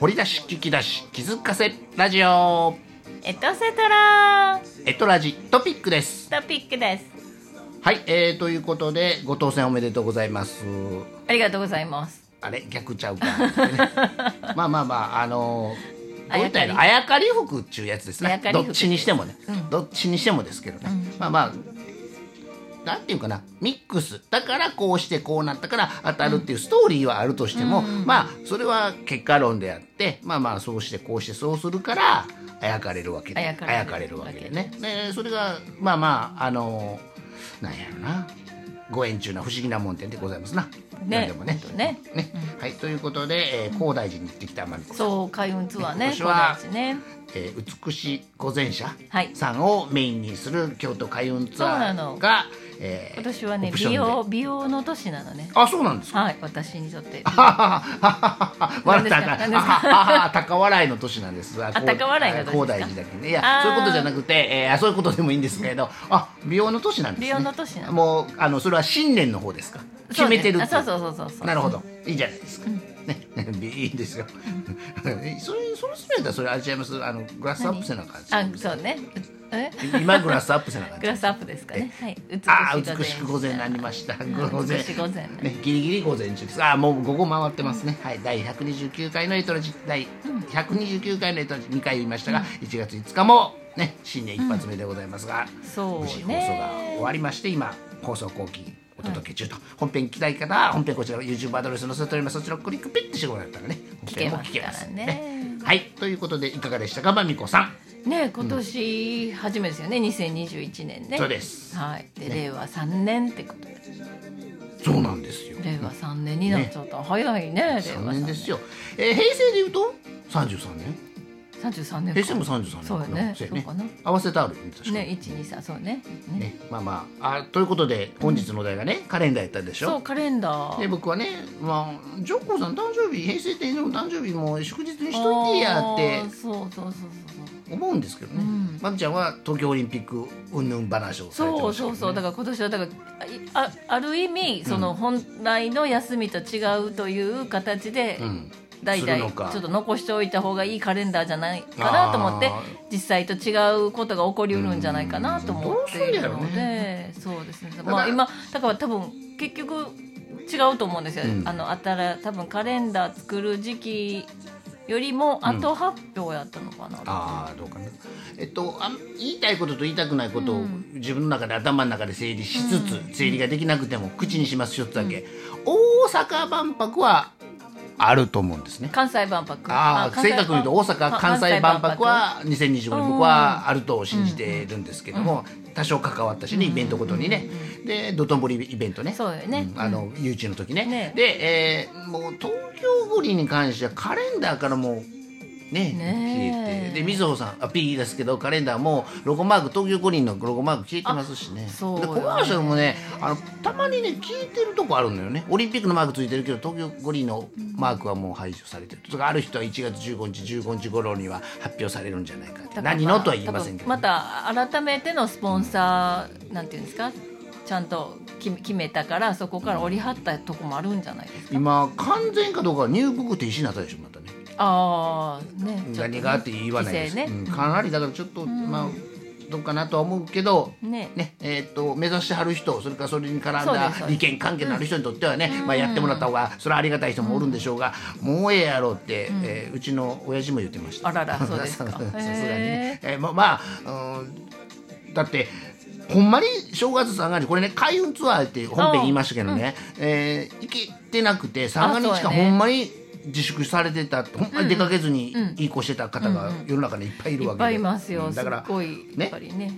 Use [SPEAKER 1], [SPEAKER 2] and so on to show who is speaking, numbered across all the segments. [SPEAKER 1] 掘り出し聞き出し気づかせラジオ
[SPEAKER 2] エトセトラ
[SPEAKER 1] エトラジトピックです
[SPEAKER 2] トピックです
[SPEAKER 1] はい、えー、ということでご当選おめでとうございます
[SPEAKER 2] ありがとうございます
[SPEAKER 1] あれ逆ちゃうか、 ね、まあまあまああのー、どういったらいいの
[SPEAKER 2] あ
[SPEAKER 1] あやかり服っちゅうやつです
[SPEAKER 2] あ
[SPEAKER 1] ね
[SPEAKER 2] やかり
[SPEAKER 1] ど
[SPEAKER 2] 服
[SPEAKER 1] っちにしてもね、
[SPEAKER 2] うん
[SPEAKER 1] どっちにしてもですけどね、
[SPEAKER 2] う
[SPEAKER 1] まあまあなんていうかなミックスだからこうしてこうなったから当たるっていうストーリーはあるとしても、
[SPEAKER 2] うん
[SPEAKER 1] まあそれは結果論であってまあまあそうしてこうしてそうするからあやかれるわけで
[SPEAKER 2] あやかれる
[SPEAKER 1] るわけでねでそれがまあまああのーなんやろなご縁中な不思議なもんてんでございますな。
[SPEAKER 2] ね
[SPEAKER 1] なんでもね
[SPEAKER 2] ほんとね
[SPEAKER 1] ね、はい、ということで、えー、高大寺に行ってきたまみこさん、
[SPEAKER 2] そう開運ツアーね
[SPEAKER 1] 今年は
[SPEAKER 2] そうなんですね
[SPEAKER 1] えー美しい御前者
[SPEAKER 2] はい
[SPEAKER 1] さんをメインにする京都開運ツア
[SPEAKER 2] そうな
[SPEAKER 1] ー
[SPEAKER 2] の
[SPEAKER 1] が、えー
[SPEAKER 2] 今年は
[SPEAKER 1] オ
[SPEAKER 2] ね
[SPEAKER 1] プションで
[SPEAKER 2] 美容美容の年なのね
[SPEAKER 1] あ、そうなんです か。
[SPEAKER 2] はい私にとって
[SPEAKER 1] ははははは笑ったらあかん
[SPEAKER 2] 何ですか
[SPEAKER 1] あははは高笑いの年なん です。あこう
[SPEAKER 2] 高笑いの年ですか
[SPEAKER 1] 高大寺だけね。いや
[SPEAKER 2] あ、ー
[SPEAKER 1] そういうことじゃなくて、えー、あそういうことでもいいんですけど、あ、美容の年なんですね。
[SPEAKER 2] 美容の年なの
[SPEAKER 1] もうあのそれは新年の方ですか。決
[SPEAKER 2] そうね
[SPEAKER 1] めてるってい
[SPEAKER 2] あそうそうそうそうそう
[SPEAKER 1] なるほど、いいじゃないですか。ね、 いいですよ。それ、それすれたら、それ、あれちゃいます。あの、グラスアップせな感じ。
[SPEAKER 2] あそうねえ
[SPEAKER 1] 今グラスアップせな感
[SPEAKER 2] グ
[SPEAKER 1] じ
[SPEAKER 2] ラ。スアップですかねはい
[SPEAKER 1] ああ、美しく午前になりました。午前。
[SPEAKER 2] 美しい午前
[SPEAKER 1] ね、ギリギリ午前中です。ああ、もう午後回ってますね。はい、第129回のエトラジ、第129回のエトラジ、2回言いましたが、1月5日も、ね、新年一発目でございますが、
[SPEAKER 2] そうね
[SPEAKER 1] 無事放送が終わりまして、今、放送後期。お届け中と、本編聞きたい方は本編こちら YouTube アドレスの載せておりますそちらをクリックピッてしてもらったらね本編も聞けます
[SPEAKER 2] 聞けますからね
[SPEAKER 1] はいということでいかがでしたかまみこさん
[SPEAKER 2] ね今年初めですよね2021年ね
[SPEAKER 1] そうです
[SPEAKER 2] はいで令和3年ってことで
[SPEAKER 1] そうなんですよ
[SPEAKER 2] 令和3年になっちゃった早いね令和
[SPEAKER 1] 3年ですよ、えー平成でいうと33年
[SPEAKER 2] 33年か
[SPEAKER 1] 平成も33年
[SPEAKER 2] そうよね
[SPEAKER 1] そうや
[SPEAKER 2] そうかな
[SPEAKER 1] 合わせてあるよね確かに
[SPEAKER 2] ね一二三そうねね
[SPEAKER 1] ねまあまああということで本日のお題がね、カレンダーやったでし
[SPEAKER 2] そう
[SPEAKER 1] ょ
[SPEAKER 2] カレンダ
[SPEAKER 1] で
[SPEAKER 2] ー
[SPEAKER 1] 僕はね、まあ、ジョーコさん誕生日平成天皇の誕生日も祝日にしといてやって
[SPEAKER 2] あーそうそうそうそう
[SPEAKER 1] 思うんですけどね、
[SPEAKER 2] うん
[SPEAKER 1] まみちゃんは東京オリンピック云々話をされて
[SPEAKER 2] そ
[SPEAKER 1] ま
[SPEAKER 2] う
[SPEAKER 1] したけど、ね、
[SPEAKER 2] そうそうだから今年はだからあいあある意味その本来の休みと違うという形で
[SPEAKER 1] うん
[SPEAKER 2] 代
[SPEAKER 1] するの
[SPEAKER 2] 々
[SPEAKER 1] か
[SPEAKER 2] ちょっと残しておいた方がいいカレンダーじゃないかなと思って
[SPEAKER 1] あー
[SPEAKER 2] 実際と違うことが起こりうるんじゃないかなと思っている
[SPEAKER 1] うんどう
[SPEAKER 2] の
[SPEAKER 1] すん
[SPEAKER 2] で、
[SPEAKER 1] だろう
[SPEAKER 2] そうですね
[SPEAKER 1] だか
[SPEAKER 2] ま
[SPEAKER 1] ら
[SPEAKER 2] あ今だから多分結局違うと思うんですよ、
[SPEAKER 1] うん
[SPEAKER 2] あのあたら多分カレンダー作る時期よりも後発表やったのかな、
[SPEAKER 1] ああどうかなえっとあん言いたいことと言いたくないことを
[SPEAKER 2] うん
[SPEAKER 1] 自分の中で頭の中で整理しつつ、整理ができなくても口にします一つだけ、大阪万博はあると思うんですね
[SPEAKER 2] 関西万博
[SPEAKER 1] ああ
[SPEAKER 2] 関
[SPEAKER 1] 正
[SPEAKER 2] 西
[SPEAKER 1] 確に言うと大阪・関西万博は2025年
[SPEAKER 2] うん
[SPEAKER 1] 僕はあると信じてるんですけども、多少関わったしねイベントごとにね、で道頓堀イベントね
[SPEAKER 2] そうよね
[SPEAKER 1] んあの誘致の時ね
[SPEAKER 2] ね
[SPEAKER 1] で、えーもう東京五輪に関してはカレンダーからもうね
[SPEAKER 2] ねえ
[SPEAKER 1] 消えてでみずほさんあ P ですけどカレンダーもロゴマーク東京五輪のロゴマーク消えてますしね
[SPEAKER 2] あそう
[SPEAKER 1] で
[SPEAKER 2] よ
[SPEAKER 1] コ
[SPEAKER 2] ね
[SPEAKER 1] マーシャルもねあのたまにね消えてるとこあるのよねオリンピックのマークついてるけど東京五輪のマークはもう排除されてるとかある人は1月15日15日頃には発表されるんじゃないかって
[SPEAKER 2] だから
[SPEAKER 1] 何のとは言いませんけど、
[SPEAKER 2] 多分また改めてのスポンサー、なんていうんですかちゃんと決め決めたからそこから折り張ったとこもあるんじゃないですか、
[SPEAKER 1] 今完全かどうかは入国停止になったでしょまたね
[SPEAKER 2] ああねちょとね
[SPEAKER 1] 何があって言わないで
[SPEAKER 2] 規
[SPEAKER 1] す、
[SPEAKER 2] 制ね、
[SPEAKER 1] うんかなりだからちょっと、まあどうかなとは思うけど
[SPEAKER 2] ね
[SPEAKER 1] ねえーっと目指してはる人それからそれに絡ん
[SPEAKER 2] そうで
[SPEAKER 1] だ
[SPEAKER 2] すそうです
[SPEAKER 1] 利権関係のある人にとってはね、まあ、やってもらった方がそれはありがたい人もおるんでしょうが、もうええやろって、うえーうちの親父も言ってました
[SPEAKER 2] あららそうで すか
[SPEAKER 1] さすがにね
[SPEAKER 2] へ、
[SPEAKER 1] えーままあ、うん、だってほんまに正月三が日これね開運ツアーって本編言いましたけどね、えー行けてなくて三が日
[SPEAKER 2] あそ
[SPEAKER 1] 間
[SPEAKER 2] うやね
[SPEAKER 1] ほんまに自粛されてたってほんまに出かけずに
[SPEAKER 2] うん
[SPEAKER 1] いい子してた方が世の中にいっぱいいる
[SPEAKER 2] い
[SPEAKER 1] わ
[SPEAKER 2] っ
[SPEAKER 1] けで、
[SPEAKER 2] ぱいいますよ、
[SPEAKER 1] うんだから
[SPEAKER 2] すっごいやっぱりね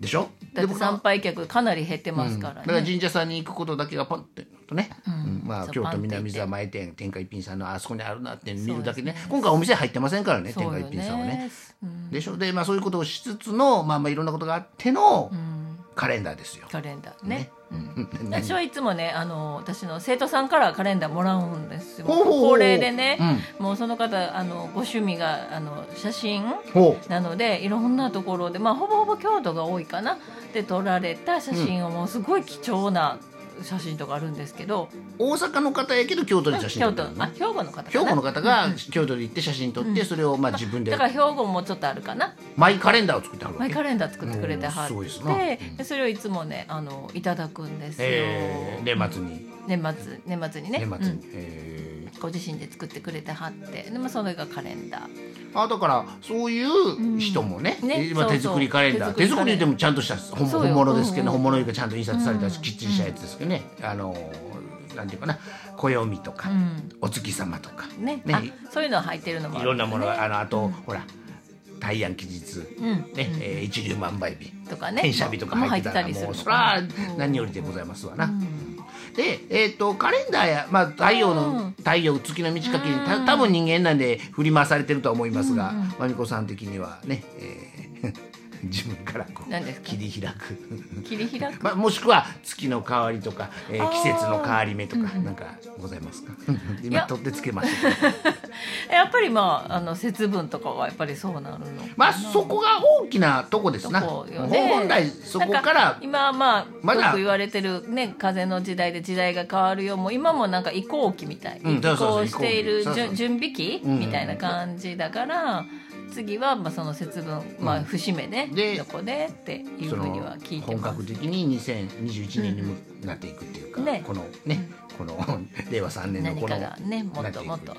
[SPEAKER 1] でしょ
[SPEAKER 2] だって
[SPEAKER 1] 僕ら
[SPEAKER 2] 参拝客かなり減ってますか
[SPEAKER 1] だ
[SPEAKER 2] ら
[SPEAKER 1] から
[SPEAKER 2] ね、
[SPEAKER 1] 神社さんに行くことだけがポンってとね、うんまあ
[SPEAKER 2] そう
[SPEAKER 1] 京
[SPEAKER 2] パン
[SPEAKER 1] 都
[SPEAKER 2] って行って
[SPEAKER 1] 南座前店天下一品さんのあそこにあるなって見るだけね
[SPEAKER 2] そうですね
[SPEAKER 1] 今回お店入ってませんからね
[SPEAKER 2] そう
[SPEAKER 1] 天
[SPEAKER 2] よ
[SPEAKER 1] 下一品さんはね
[SPEAKER 2] ね、うん
[SPEAKER 1] でしょでまあそういうことをしつつのまあまあいろんなことがあっての
[SPEAKER 2] うん
[SPEAKER 1] カレンダーですよ、
[SPEAKER 2] カレンダーね
[SPEAKER 1] ね
[SPEAKER 2] うん私はいつもねあの私の生徒さんからカレンダーもらうんですよ
[SPEAKER 1] ほうほうほう
[SPEAKER 2] 恒例でね、
[SPEAKER 1] う
[SPEAKER 2] もうその方あのご趣味があの写真
[SPEAKER 1] ほ
[SPEAKER 2] なのでいろんなところで、まあ、ほぼほぼ京都が多いかなで撮られた写真をもうすごい貴重な写真とかあるんですけど
[SPEAKER 1] 大阪の方やけど京都で写真撮
[SPEAKER 2] 京
[SPEAKER 1] っ
[SPEAKER 2] 都
[SPEAKER 1] た
[SPEAKER 2] あ
[SPEAKER 1] のね
[SPEAKER 2] 兵庫の方かな
[SPEAKER 1] 兵庫の方が京都で行って写真撮ってそれをまあ自分で
[SPEAKER 2] だから兵庫もちょっとあるかな
[SPEAKER 1] マイカレンダーを作ってはるわ
[SPEAKER 2] マイ
[SPEAKER 1] け
[SPEAKER 2] カレンダー作ってくれて
[SPEAKER 1] う
[SPEAKER 2] はっ
[SPEAKER 1] んすごいで
[SPEAKER 2] て
[SPEAKER 1] すなうん
[SPEAKER 2] でそれをいつもねあのいただくんですよ、
[SPEAKER 1] えー年末に
[SPEAKER 2] 年末年末にね
[SPEAKER 1] 年末
[SPEAKER 2] う
[SPEAKER 1] に
[SPEAKER 2] ん
[SPEAKER 1] え
[SPEAKER 2] ご自身で作ってくれてはってで、まあ、それがカレンダー
[SPEAKER 1] ーあだからそういう人もね
[SPEAKER 2] うんね
[SPEAKER 1] えーまあ
[SPEAKER 2] そうそう
[SPEAKER 1] 手作りカレンダー手
[SPEAKER 2] 手
[SPEAKER 1] 作
[SPEAKER 2] 作りカレンダー
[SPEAKER 1] りでもちゃんとした本
[SPEAKER 2] そうよ
[SPEAKER 1] 本物ですけどね
[SPEAKER 2] う
[SPEAKER 1] 本
[SPEAKER 2] んうん
[SPEAKER 1] 物よりかちゃんと印刷された
[SPEAKER 2] う
[SPEAKER 1] し
[SPEAKER 2] ん
[SPEAKER 1] きっちりしたやつですけどねあのーなんていうかな暦とか
[SPEAKER 2] う
[SPEAKER 1] お月様とか
[SPEAKER 2] んね
[SPEAKER 1] ね
[SPEAKER 2] あそういうの入ってるのもあ
[SPEAKER 1] い
[SPEAKER 2] る
[SPEAKER 1] ろんなものがあのあと
[SPEAKER 2] うん
[SPEAKER 1] ほら大安吉日
[SPEAKER 2] うん
[SPEAKER 1] ねえー一粒万倍日
[SPEAKER 2] とかね
[SPEAKER 1] 転写日とか入ってたら
[SPEAKER 2] もう入ってたりす
[SPEAKER 1] もう
[SPEAKER 2] るのかな
[SPEAKER 1] そら
[SPEAKER 2] うん
[SPEAKER 1] 何よりでございますわな。
[SPEAKER 2] うん
[SPEAKER 1] で、えっとカレンダーや、まあ、太陽
[SPEAKER 2] うん
[SPEAKER 1] の太陽月の満ち欠けにた
[SPEAKER 2] うん
[SPEAKER 1] 多分人間なんで振り回されてるとは思いますが、
[SPEAKER 2] うんうん
[SPEAKER 1] まみこさん的にはね、えー 自分からこ
[SPEAKER 2] 何です
[SPEAKER 1] う
[SPEAKER 2] か
[SPEAKER 1] 切り開く、
[SPEAKER 2] 切り開く
[SPEAKER 1] まあ、もしくは月の変わりとか、えー
[SPEAKER 2] あー
[SPEAKER 1] 季節の変わり目とか、
[SPEAKER 2] うんうん
[SPEAKER 1] なんかございますか
[SPEAKER 2] い
[SPEAKER 1] 今
[SPEAKER 2] や
[SPEAKER 1] 取ってつけましたけど
[SPEAKER 2] やっぱりまああの節分とかはやっぱりそうなるの
[SPEAKER 1] まあそこが大きなとこですな、
[SPEAKER 2] とこよね
[SPEAKER 1] 本来そこか
[SPEAKER 2] な
[SPEAKER 1] ら
[SPEAKER 2] ん今まあ、
[SPEAKER 1] まだ
[SPEAKER 2] よく言われてるね風の時代で時代が変わるよもう今もなんか移行期みたい、
[SPEAKER 1] うん
[SPEAKER 2] 移
[SPEAKER 1] そうそうそう
[SPEAKER 2] 行している
[SPEAKER 1] 移行期
[SPEAKER 2] じ
[SPEAKER 1] そ
[SPEAKER 2] ゅ
[SPEAKER 1] うそう
[SPEAKER 2] 準備期、
[SPEAKER 1] うん
[SPEAKER 2] みたいな感じだから次はまあその節分、ま
[SPEAKER 1] う
[SPEAKER 2] あ、
[SPEAKER 1] ん
[SPEAKER 2] 節目ね、
[SPEAKER 1] で
[SPEAKER 2] どこでっていう
[SPEAKER 1] そ
[SPEAKER 2] ふう
[SPEAKER 1] の
[SPEAKER 2] には聞いて
[SPEAKER 1] 本
[SPEAKER 2] ます
[SPEAKER 1] 格的に2021年にもなっていくっていうか、
[SPEAKER 2] ね
[SPEAKER 1] このね、この 令和3年の
[SPEAKER 2] 何
[SPEAKER 1] この
[SPEAKER 2] かがねもっともっと
[SPEAKER 1] なていくねだか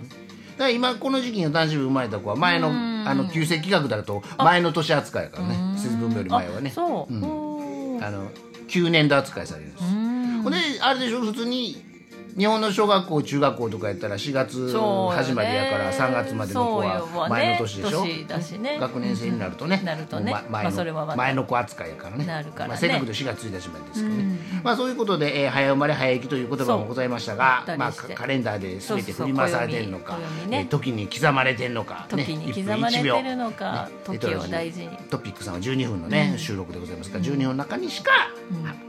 [SPEAKER 1] ら今この時期にお誕生日生まれた子は前の
[SPEAKER 2] うん
[SPEAKER 1] あの旧世紀学だと前の年扱いやからね節分より前は
[SPEAKER 2] あ
[SPEAKER 1] ね
[SPEAKER 2] そう、
[SPEAKER 1] うん
[SPEAKER 2] おー
[SPEAKER 1] あの旧年度扱いされるんです
[SPEAKER 2] う
[SPEAKER 1] よ
[SPEAKER 2] ん
[SPEAKER 1] ほんであれでしょ普通に日本の小学校中学校とかやったら4月始まりやから3月までの子は前の年でしょ、
[SPEAKER 2] そうよね年だしね
[SPEAKER 1] 学年生になるとね,
[SPEAKER 2] うんなるとね
[SPEAKER 1] もうま前
[SPEAKER 2] まあそれはま
[SPEAKER 1] の
[SPEAKER 2] た
[SPEAKER 1] 前の子扱いやからね
[SPEAKER 2] なるからね
[SPEAKER 1] まあ、正確に4月1日までですけどね、
[SPEAKER 2] うん
[SPEAKER 1] まあ、そういうことで、えー早生まれ早生きという言葉もございましたが
[SPEAKER 2] そう
[SPEAKER 1] まあ、
[SPEAKER 2] そう
[SPEAKER 1] カカレンダーで全て振り回されてるのか
[SPEAKER 2] そうそう暦ね
[SPEAKER 1] えー時に刻まれてるのか、ね、
[SPEAKER 2] 時に刻まれてるのか、
[SPEAKER 1] 一分一秒ね
[SPEAKER 2] 時を大事に
[SPEAKER 1] トピックさんは12分のね、収録でございますから12分の中にしかは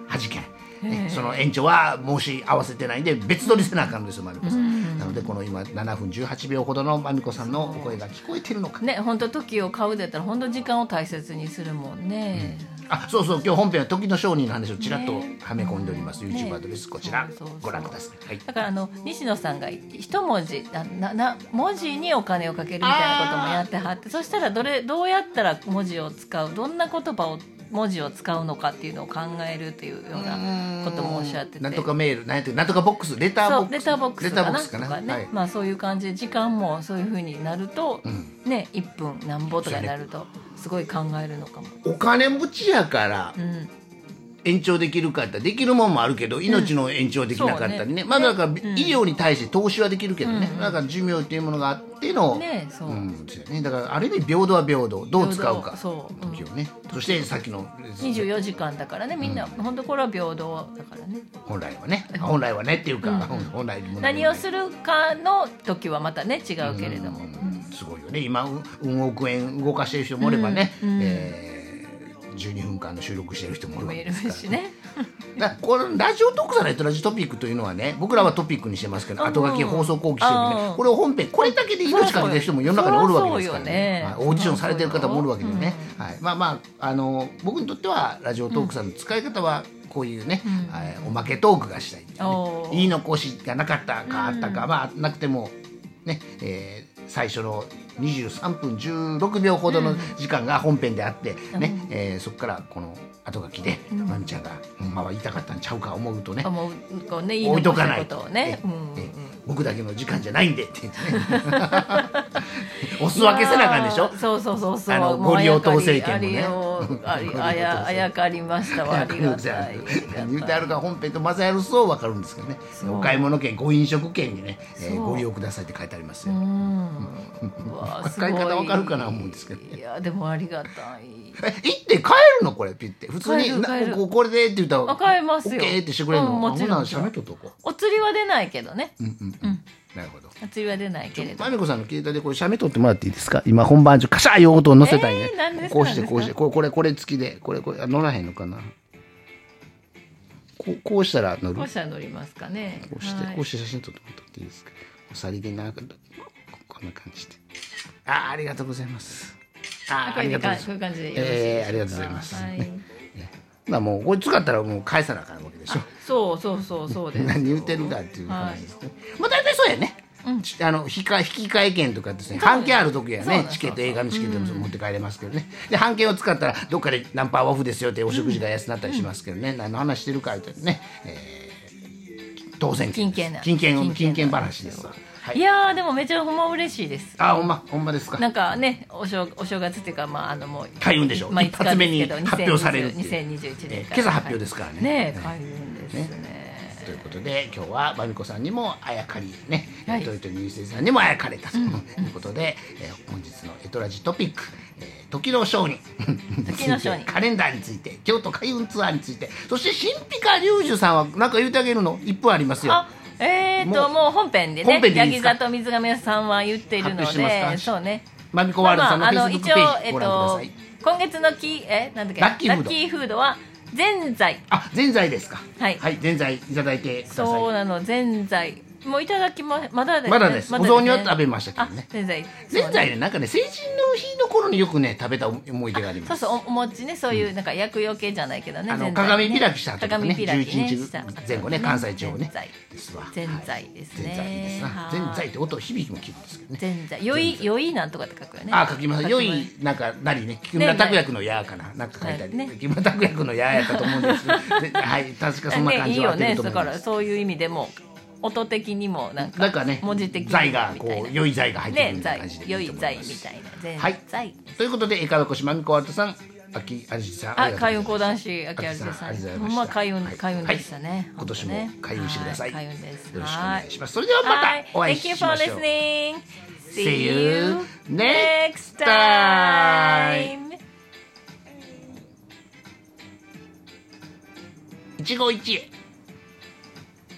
[SPEAKER 1] はじけない。ね、その延長は申し合わせてないんで別撮りせなあかんのですよまみこさん、なのでこの今7分18秒ほどのまみこさんのお声が聞こえてるのか
[SPEAKER 2] ね本当時を買うでやったら本当時間を大切にするもんね、
[SPEAKER 1] あそうそう今日本編は時の商人の話をちらっと
[SPEAKER 2] ね
[SPEAKER 1] はめ込んでおります、
[SPEAKER 2] ね
[SPEAKER 1] YouTube アドレスこちら
[SPEAKER 2] そうそうそう
[SPEAKER 1] ご覧ください、はい、
[SPEAKER 2] だからあの西野さんが一文字ななな文字にお金をかけるみたいなこともやってはってそしたらどれどうやったら文字を使うどんな言葉を文字を使うのかっていうのを考えるっていうようなこともおっしゃってて
[SPEAKER 1] なんとかメールなんやったっけなんとかボックスレター
[SPEAKER 2] そ
[SPEAKER 1] ボッ
[SPEAKER 2] う
[SPEAKER 1] ク
[SPEAKER 2] レ
[SPEAKER 1] ス
[SPEAKER 2] ターボック
[SPEAKER 1] レ
[SPEAKER 2] ス
[SPEAKER 1] タ
[SPEAKER 2] か
[SPEAKER 1] ーボッ
[SPEAKER 2] な
[SPEAKER 1] クスかな
[SPEAKER 2] とかね、
[SPEAKER 1] はい
[SPEAKER 2] まあそういう感じで時間もそういうふうになると、
[SPEAKER 1] ん
[SPEAKER 2] ね1分何ぼとかになるとすごい考えるのかも。
[SPEAKER 1] お金持ちやから
[SPEAKER 2] うん
[SPEAKER 1] 延長できるかってできるもんもあるけど命の延長できなかったりね,、
[SPEAKER 2] そうね
[SPEAKER 1] まあだから、
[SPEAKER 2] ねうん
[SPEAKER 1] 医療に対して投資はできるけどね、
[SPEAKER 2] うん
[SPEAKER 1] だから寿命っていうものがあっての、
[SPEAKER 2] ねそう、
[SPEAKER 1] うんそうやねだからある意味平等は平等どう使う
[SPEAKER 2] 平
[SPEAKER 1] か
[SPEAKER 2] 等そううん
[SPEAKER 1] 時をね、そしてさっきの
[SPEAKER 2] 24時間だからねみんな、本当これは平等だからね
[SPEAKER 1] 本来はね本来はねっていうか、本来も
[SPEAKER 2] 何をするかの時はまたね違うけれども、
[SPEAKER 1] うんすごいよね今ううん億円動かしてる人もおればね、えー12分間の収録してる人もおるわ
[SPEAKER 2] 見え
[SPEAKER 1] け
[SPEAKER 2] る
[SPEAKER 1] ですから
[SPEAKER 2] しね
[SPEAKER 1] だからこのラジオトークさんのトラジトピックというのはね僕らはトピックにしてますけど後書き放送後期してる
[SPEAKER 2] うん
[SPEAKER 1] ね
[SPEAKER 2] うん
[SPEAKER 1] これを本編これだけで命かけてる人も世の中におるわけですからね
[SPEAKER 2] そりゃそ
[SPEAKER 1] はい
[SPEAKER 2] うよね
[SPEAKER 1] オーディションされてる方もおるわけでね、
[SPEAKER 2] う
[SPEAKER 1] はい、まあまああの僕にとってはラジオトークさんの使い方はこういうね、
[SPEAKER 2] うん
[SPEAKER 1] はいおまけトークがしたい、ね
[SPEAKER 2] おー
[SPEAKER 1] いい残しがなかったかあったか、
[SPEAKER 2] うん
[SPEAKER 1] まあなくてもね、えー最初の23分16秒ほどの時間が本編であって、ねえーそこからこの後書きで、まみちゃんがほんまは言いたかったんちゃうか思うとね
[SPEAKER 2] あもうこうねいい
[SPEAKER 1] 置いと
[SPEAKER 2] 残
[SPEAKER 1] か
[SPEAKER 2] し
[SPEAKER 1] な
[SPEAKER 2] た
[SPEAKER 1] い
[SPEAKER 2] こと
[SPEAKER 1] と
[SPEAKER 2] をね、うんうん
[SPEAKER 1] ええ僕だけの時間じゃないんでって 言ってねお裾分けせなあかんでしょ
[SPEAKER 2] いやーそうそうそうそう
[SPEAKER 1] あの
[SPEAKER 2] もう
[SPEAKER 1] ご利用統制権もね
[SPEAKER 2] あやかりありありあやあやかりましたわありがたい
[SPEAKER 1] 何言うてあるか本編と混ぜ合わせそう分かるんですけどね
[SPEAKER 2] そう
[SPEAKER 1] お買い物券ご飲食券にね、えー
[SPEAKER 2] そう
[SPEAKER 1] ご利用くださいって書いてあります
[SPEAKER 2] う
[SPEAKER 1] よ、
[SPEAKER 2] んうわーすご
[SPEAKER 1] 使
[SPEAKER 2] い
[SPEAKER 1] い方わかるかな思うんですけどね
[SPEAKER 2] いやでもありがたい
[SPEAKER 1] え行って帰るのこれピッて普通
[SPEAKER 2] 帰
[SPEAKER 1] に
[SPEAKER 2] る帰る
[SPEAKER 1] なこうこれでって言ったら
[SPEAKER 2] あ帰りますよ
[SPEAKER 1] オッケーってしてくれるの、
[SPEAKER 2] うんもちろん
[SPEAKER 1] あほな喋っとっとこ
[SPEAKER 2] お釣りは出ないけどね
[SPEAKER 1] ううんうんうん、なるほど
[SPEAKER 2] お釣りは出ないけれど
[SPEAKER 1] まみこさんの携帯でこれ写メ撮ってもらっていいですか今本番中カシャーいう音を載せたいね
[SPEAKER 2] えー何ですか
[SPEAKER 1] こうして
[SPEAKER 2] 何ですか
[SPEAKER 1] こうしてこれこれこれ付きでこれこれあ乗らへんのかなこうこうしたら乗る
[SPEAKER 2] こ
[SPEAKER 1] こ
[SPEAKER 2] うしたら乗りますかね
[SPEAKER 1] うして、
[SPEAKER 2] はい
[SPEAKER 1] こうして写真撮ってもらっていいですかさりげなくここんな感じであーありがとうございますあ
[SPEAKER 2] あ
[SPEAKER 1] ー
[SPEAKER 2] こ
[SPEAKER 1] あり
[SPEAKER 2] れで
[SPEAKER 1] がとう
[SPEAKER 2] か
[SPEAKER 1] ござい
[SPEAKER 2] こう
[SPEAKER 1] ま
[SPEAKER 2] いう感じでよろしいでしょう
[SPEAKER 1] え
[SPEAKER 2] か
[SPEAKER 1] ーありがとうございます
[SPEAKER 2] はい
[SPEAKER 1] ねまあもうこれ使ったらもう返さなあかんわけでしょ
[SPEAKER 2] そうそうそうそうで す
[SPEAKER 1] 何言ってるかっていう話ですね、まあ大体そうやね、ちあの引か引き換え券とかですね半券ある時や
[SPEAKER 2] そうなん
[SPEAKER 1] ね
[SPEAKER 2] です
[SPEAKER 1] チケット映画のチケットも持って帰れますけどね、で半券を使ったらどっかで何パーオフですよってお食事が安くなったりしますけどね、何の話してるかってね、えー、当選券です
[SPEAKER 2] 金券な
[SPEAKER 1] 金券
[SPEAKER 2] 金券
[SPEAKER 1] 金券話ですわ、はいい、
[SPEAKER 2] やーでもめちゃほんま嬉しいです
[SPEAKER 1] あほんまほんまですか
[SPEAKER 2] なんかねお正お正月っていうかまああのもう
[SPEAKER 1] 開運でしょ
[SPEAKER 2] まあ、
[SPEAKER 1] 一発目に
[SPEAKER 2] いつかですけど
[SPEAKER 1] 発表されるっていう
[SPEAKER 2] 2020 2021
[SPEAKER 1] え
[SPEAKER 2] 年
[SPEAKER 1] ー今朝発表ですからね
[SPEAKER 2] ね
[SPEAKER 1] え
[SPEAKER 2] え
[SPEAKER 1] ー
[SPEAKER 2] 開運ですね
[SPEAKER 1] ということで今日はまみこさんにもあやかりね、
[SPEAKER 2] はい
[SPEAKER 1] トヨトニュースさんにもあやかれたということで、えー本日の「エトラジトピック」えー時の商人
[SPEAKER 2] 時の商人
[SPEAKER 1] カレンダーについて京都開運ツアーについてそして神秘家龍樹さんは何か言うてあげるの1分ありますよ
[SPEAKER 2] あえー、
[SPEAKER 1] もう
[SPEAKER 2] ともう本編で
[SPEAKER 1] 本編
[SPEAKER 2] ね
[SPEAKER 1] でいい
[SPEAKER 2] 八
[SPEAKER 1] で
[SPEAKER 2] 木
[SPEAKER 1] すか
[SPEAKER 2] 座と水亀さんは言っているの
[SPEAKER 1] 発表してま
[SPEAKER 2] です
[SPEAKER 1] か
[SPEAKER 2] そうね
[SPEAKER 1] まみこワールドさんの
[SPEAKER 2] まあ
[SPEAKER 1] フ
[SPEAKER 2] まあ
[SPEAKER 1] ェ
[SPEAKER 2] あ
[SPEAKER 1] イスブックページ
[SPEAKER 2] 一応えっ
[SPEAKER 1] ご覧く
[SPEAKER 2] と
[SPEAKER 1] ださい、
[SPEAKER 2] 今月のキーえなんだっけ
[SPEAKER 1] ラッキーフード
[SPEAKER 2] フードはぜんざい
[SPEAKER 1] あぜんざいですか
[SPEAKER 2] はい
[SPEAKER 1] ぜんざいいただいてください
[SPEAKER 2] そうなのぜんざいもういただきままだです、ね、
[SPEAKER 1] まだですお雑煮は食べましたけど
[SPEAKER 2] あ
[SPEAKER 1] ね
[SPEAKER 2] ぜんざい
[SPEAKER 1] ぜんざいねなんかね成人の日の頃によくね食べた思い出があります
[SPEAKER 2] そうそうおお餅ねそういうなんか薬用系じゃないけどね
[SPEAKER 1] あの
[SPEAKER 2] ぜんざいね
[SPEAKER 1] 鏡開きした後とかね
[SPEAKER 2] 鏡開きね
[SPEAKER 1] 11日前後ね関西地方ね
[SPEAKER 2] ぜんざい
[SPEAKER 1] ですわ
[SPEAKER 2] ぜんざいですね
[SPEAKER 1] はいぜんざいいいですな
[SPEAKER 2] はい
[SPEAKER 1] ぜんざいって音響きも聞くんですけどね
[SPEAKER 2] ぜんざいよいよいなんとかって書くよね
[SPEAKER 1] あ書きます良いなんかなりね木村拓哉君の「や」かななんか書いたり
[SPEAKER 2] ね
[SPEAKER 1] 木村拓哉君の「や」やったと思うんですけ どぜはい確かそんな感
[SPEAKER 2] ねい
[SPEAKER 1] じ
[SPEAKER 2] い
[SPEAKER 1] は
[SPEAKER 2] よ
[SPEAKER 1] あって
[SPEAKER 2] ね
[SPEAKER 1] ると思
[SPEAKER 2] だ
[SPEAKER 1] い
[SPEAKER 2] か
[SPEAKER 1] ま
[SPEAKER 2] ら
[SPEAKER 1] す
[SPEAKER 2] そういう意味でも音的にもなんか
[SPEAKER 1] なんかね
[SPEAKER 2] 文字的にも
[SPEAKER 1] 財が
[SPEAKER 2] みたい
[SPEAKER 1] こ
[SPEAKER 2] な
[SPEAKER 1] う良い財が入ってくる
[SPEAKER 2] ね
[SPEAKER 1] みたいな
[SPEAKER 2] 財
[SPEAKER 1] 感じで
[SPEAKER 2] 良
[SPEAKER 1] いい
[SPEAKER 2] い
[SPEAKER 1] と思い
[SPEAKER 2] 財
[SPEAKER 1] ま
[SPEAKER 2] み
[SPEAKER 1] す
[SPEAKER 2] たいな全
[SPEAKER 1] はい
[SPEAKER 2] 財
[SPEAKER 1] ということでえかどこしまみこワルトさん秋あじさん
[SPEAKER 2] あ
[SPEAKER 1] りがとうございました
[SPEAKER 2] 海運講談師秋有田さ
[SPEAKER 1] あ
[SPEAKER 2] ん
[SPEAKER 1] りがとうございました
[SPEAKER 2] ほんま海運
[SPEAKER 1] はい
[SPEAKER 2] 海運でした
[SPEAKER 1] はい
[SPEAKER 2] ね
[SPEAKER 1] 今年も開運してください
[SPEAKER 2] は海運です
[SPEAKER 1] よろしくお願いしますそれで
[SPEAKER 2] は
[SPEAKER 1] はまたお会い
[SPEAKER 2] は Thank
[SPEAKER 1] し
[SPEAKER 2] you
[SPEAKER 1] ま
[SPEAKER 2] for
[SPEAKER 1] しょう
[SPEAKER 2] listening
[SPEAKER 1] See you next
[SPEAKER 2] next time
[SPEAKER 1] 一期一会